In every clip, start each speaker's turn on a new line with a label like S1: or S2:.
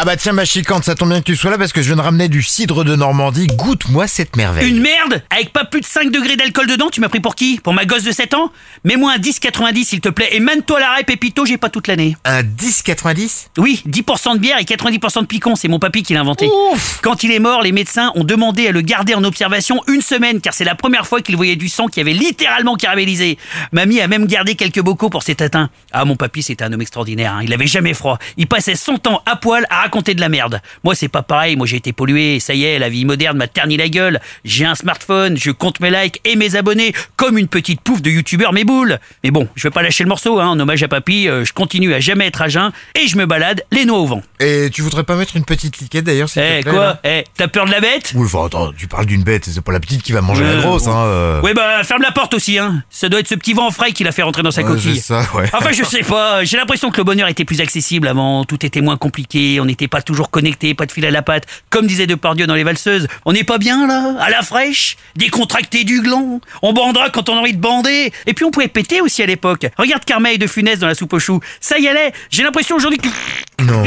S1: Ah bah tiens ma chicante, ça tombe bien que tu sois là parce que je viens de ramener du cidre de Normandie. Goûte-moi cette merveille.
S2: Une merde Avec pas plus de 5 degrés d'alcool dedans, tu m'as pris pour qui Pour ma gosse de 7 ans Mets-moi un 10,90 s'il te plaît et mène-toi l'arrêt Pépito, j'ai pas toute l'année.
S1: Un 10,90
S2: Oui, 10% de bière et 90% de picon, c'est mon papy qui l'a inventé.
S1: Ouf
S2: Quand il est mort, les médecins ont demandé à le garder en observation une semaine car c'est la première fois qu'il voyait du sang qui avait littéralement caramélisé. Mamie a même gardé quelques bocaux pour ses tatins. Ah mon papy c'était un homme extraordinaire, hein. il avait jamais froid. Il passait son temps à poil à raconter de la merde. Moi c'est pas pareil, moi j'ai été pollué, ça y est, la vie moderne m'a terni la gueule. J'ai un smartphone, je compte mes likes et mes abonnés comme une petite pouffe de youtubeur mes boules. Mais bon, je vais pas lâcher le morceau, hein. en hommage à papy, euh, je continue à jamais être à jeun et je me balade les noix au vent.
S1: Et tu voudrais pas mettre une petite liquette d'ailleurs s'il
S2: Eh
S1: te plaît
S2: quoi
S1: là
S2: Eh, t'as peur de la bête
S1: Oui, enfin attends, tu parles d'une bête, c'est pas la petite qui va manger la
S2: Euh,
S1: grosse hein. euh.
S2: Ouais bah ferme la porte aussi hein. Ça doit être ce petit vent en frais qui l'a fait rentrer dans sa
S1: Ouais,
S2: coquille.
S1: c'est ça, ouais.
S2: Enfin je sais pas, j'ai l'impression que le bonheur était plus accessible avant, tout était moins compliqué, on n'était pas toujours connecté, pas de fil à la patte, comme disait Depardieu dans Les Valseuses. On n'est pas bien là, à la fraîche, décontracté du gland, on bandera quand on a envie de bander, et puis on pouvait péter aussi à l'époque. Regarde Carmeil de Funès dans la soupe aux choux, ça y allait, j'ai l'impression aujourd'hui que... euh,
S1: Non.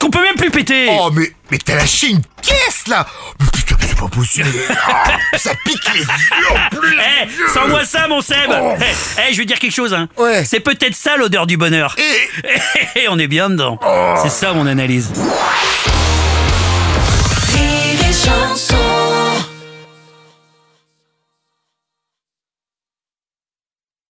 S2: Qu'on peut même plus péter
S1: Oh mais, mais t'as lâché une caisse là Mais putain mais c'est pas possible Ah, Ça pique les yeux en plus
S2: Eh, sans moi ça, mon Seb
S1: Oh.
S2: Eh, eh, je veux dire quelque chose, hein.
S1: Ouais.
S2: C'est peut-être ça l'odeur du bonheur. Eh, on est bien dedans. C'est ça mon analyse.
S3: Rire et chanson.